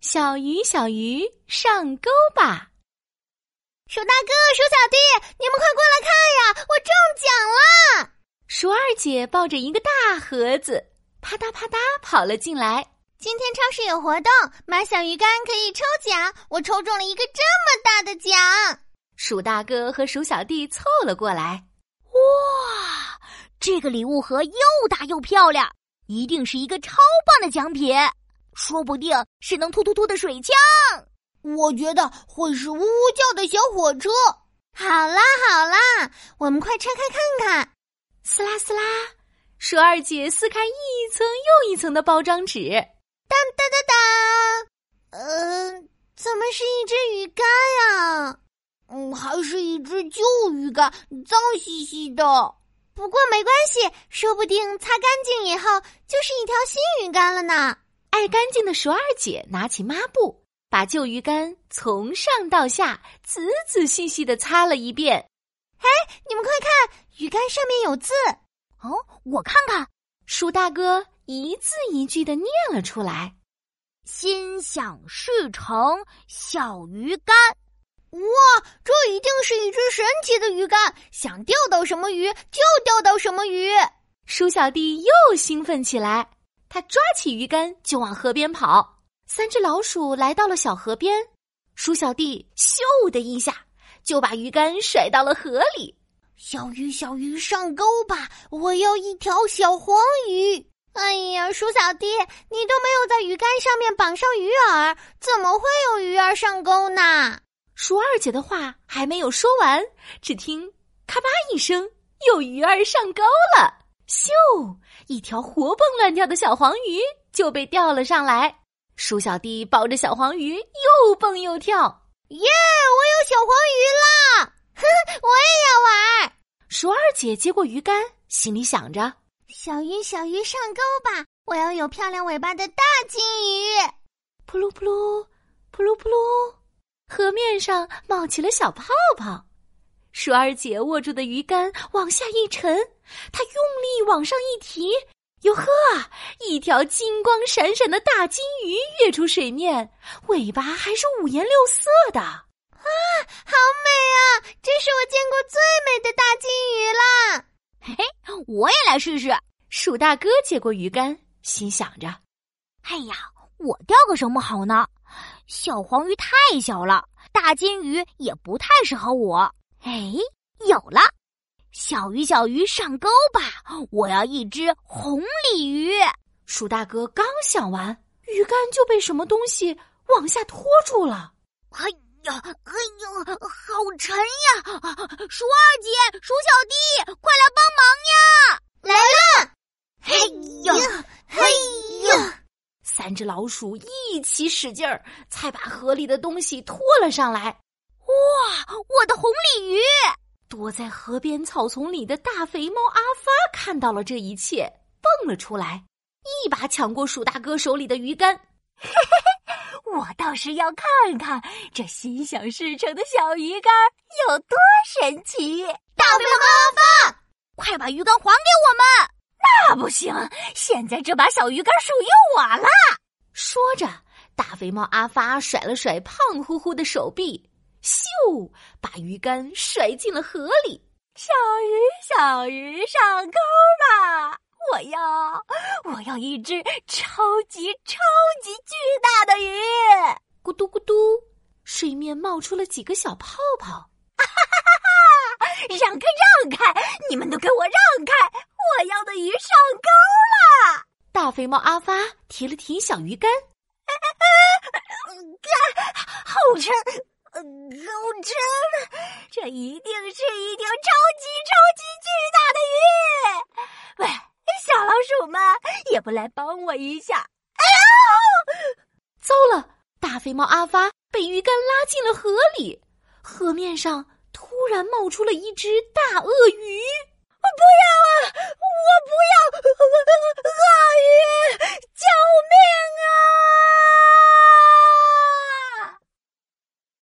小鱼，小鱼，上钩吧！鼠大哥，鼠小弟，你们快过来看呀！我中奖了！鼠二姐抱着一个大盒子，啪嗒啪嗒跑了进来。今天超市有活动，买小鱼干可以抽奖，我抽中了一个这么大的奖！鼠大哥和鼠小弟凑了过来。哇，这个礼物盒又大又漂亮，一定是一个超棒的奖品，说不定是能突突突的水枪。我觉得会是呜呜叫的小火车。好啦好啦，我们快拆开看看。撕啦撕啦，鼠二姐撕开一层又一层的包装纸。当当当当，呃，怎么是一只鱼竿呀、啊？嗯，还是一只旧鱼竿，脏兮兮的。不过没关系，说不定擦干净以后就是一条新鱼竿了呢。爱干净的鼠二姐拿起抹布，把旧鱼竿从上到下仔仔细细的擦了一遍。哎，你们快看，鱼竿上面有字。哦，我看看。鼠大哥一字一句的念了出来：“心想事成，小鱼干。”哇，这一定是一只神奇的鱼竿，想钓到什么鱼就钓到什么鱼。鼠小弟又兴奋起来，他抓起鱼竿就往河边跑。三只老鼠来到了小河边，鼠小弟咻的一下就把鱼竿甩到了河里。小鱼，小鱼上钩吧！我要一条小黄鱼。哎呀，鼠小弟，你都没有在鱼竿上面绑上鱼饵，怎么会有鱼儿上钩呢？鼠二姐的话还没有说完，只听“咔吧”一声，有鱼儿上钩了。咻，一条活蹦乱跳的小黄鱼就被钓了上来。鼠小弟抱着小黄鱼，又蹦又跳。耶！我有小黄鱼啦！哼， 我也要玩。鼠二姐接过鱼竿，心里想着：“小鱼，小鱼上钩吧！我要有漂亮尾巴的大金鱼。”哎扑噜扑噜，扑噜扑噜。河面上冒起了小泡泡，鼠二姐握住的鱼竿往下一沉，她用力往上一提，哟呵，一条金光闪闪的大金鱼跃出水面，尾巴还是五颜六色的。啊，好美啊！这是我见过最美的大金鱼啦！嘿嘿，我也来试试。鼠大哥接过鱼竿，心想着：“哎呀，我钓个什么好呢？”小黄鱼太小了，大金鱼也不太适合我。哎，有了，小鱼小鱼上钩吧！我要一只红鲤鱼。鼠大哥刚想完，鱼竿就被什么东西往下拖住了。哎呀，哎呀，好沉呀！鼠二姐、鼠小弟，快来帮忙呀！来了！哎呀，哎呀！三只老鼠一起使劲儿，才把河里的东西拖了上来。哇，我的红鲤鱼！躲在河边草丛里的大肥猫阿发看到了这一切，蹦了出来，一把抢过鼠大哥手里的鱼竿。嘿嘿嘿，我倒是要看看这心想事成的小鱼竿有多神奇！大肥猫阿发，快把鱼竿还给我们！那不行！现在这把小鱼竿属于我了。说着，大肥猫阿发甩了甩胖乎乎的手臂，咻，把鱼竿甩进了河里。小鱼，小鱼上钩吧！我要，我要一只超级超级巨大的鱼！咕嘟咕嘟，水面冒出了几个小泡泡。让开，让开！你们都给我让开！我要的鱼上钩了。大肥猫阿发提了提小鱼竿，干、啊，好沉，好沉！呃这一定是一条超级超级巨大的鱼。喂，小老鼠们也不来帮我一下！哎呦，糟了！大肥猫阿发被鱼竿拉进了河里，河面上。突然冒出了一只大鳄鱼！不要啊！我不要鳄鱼！救命啊！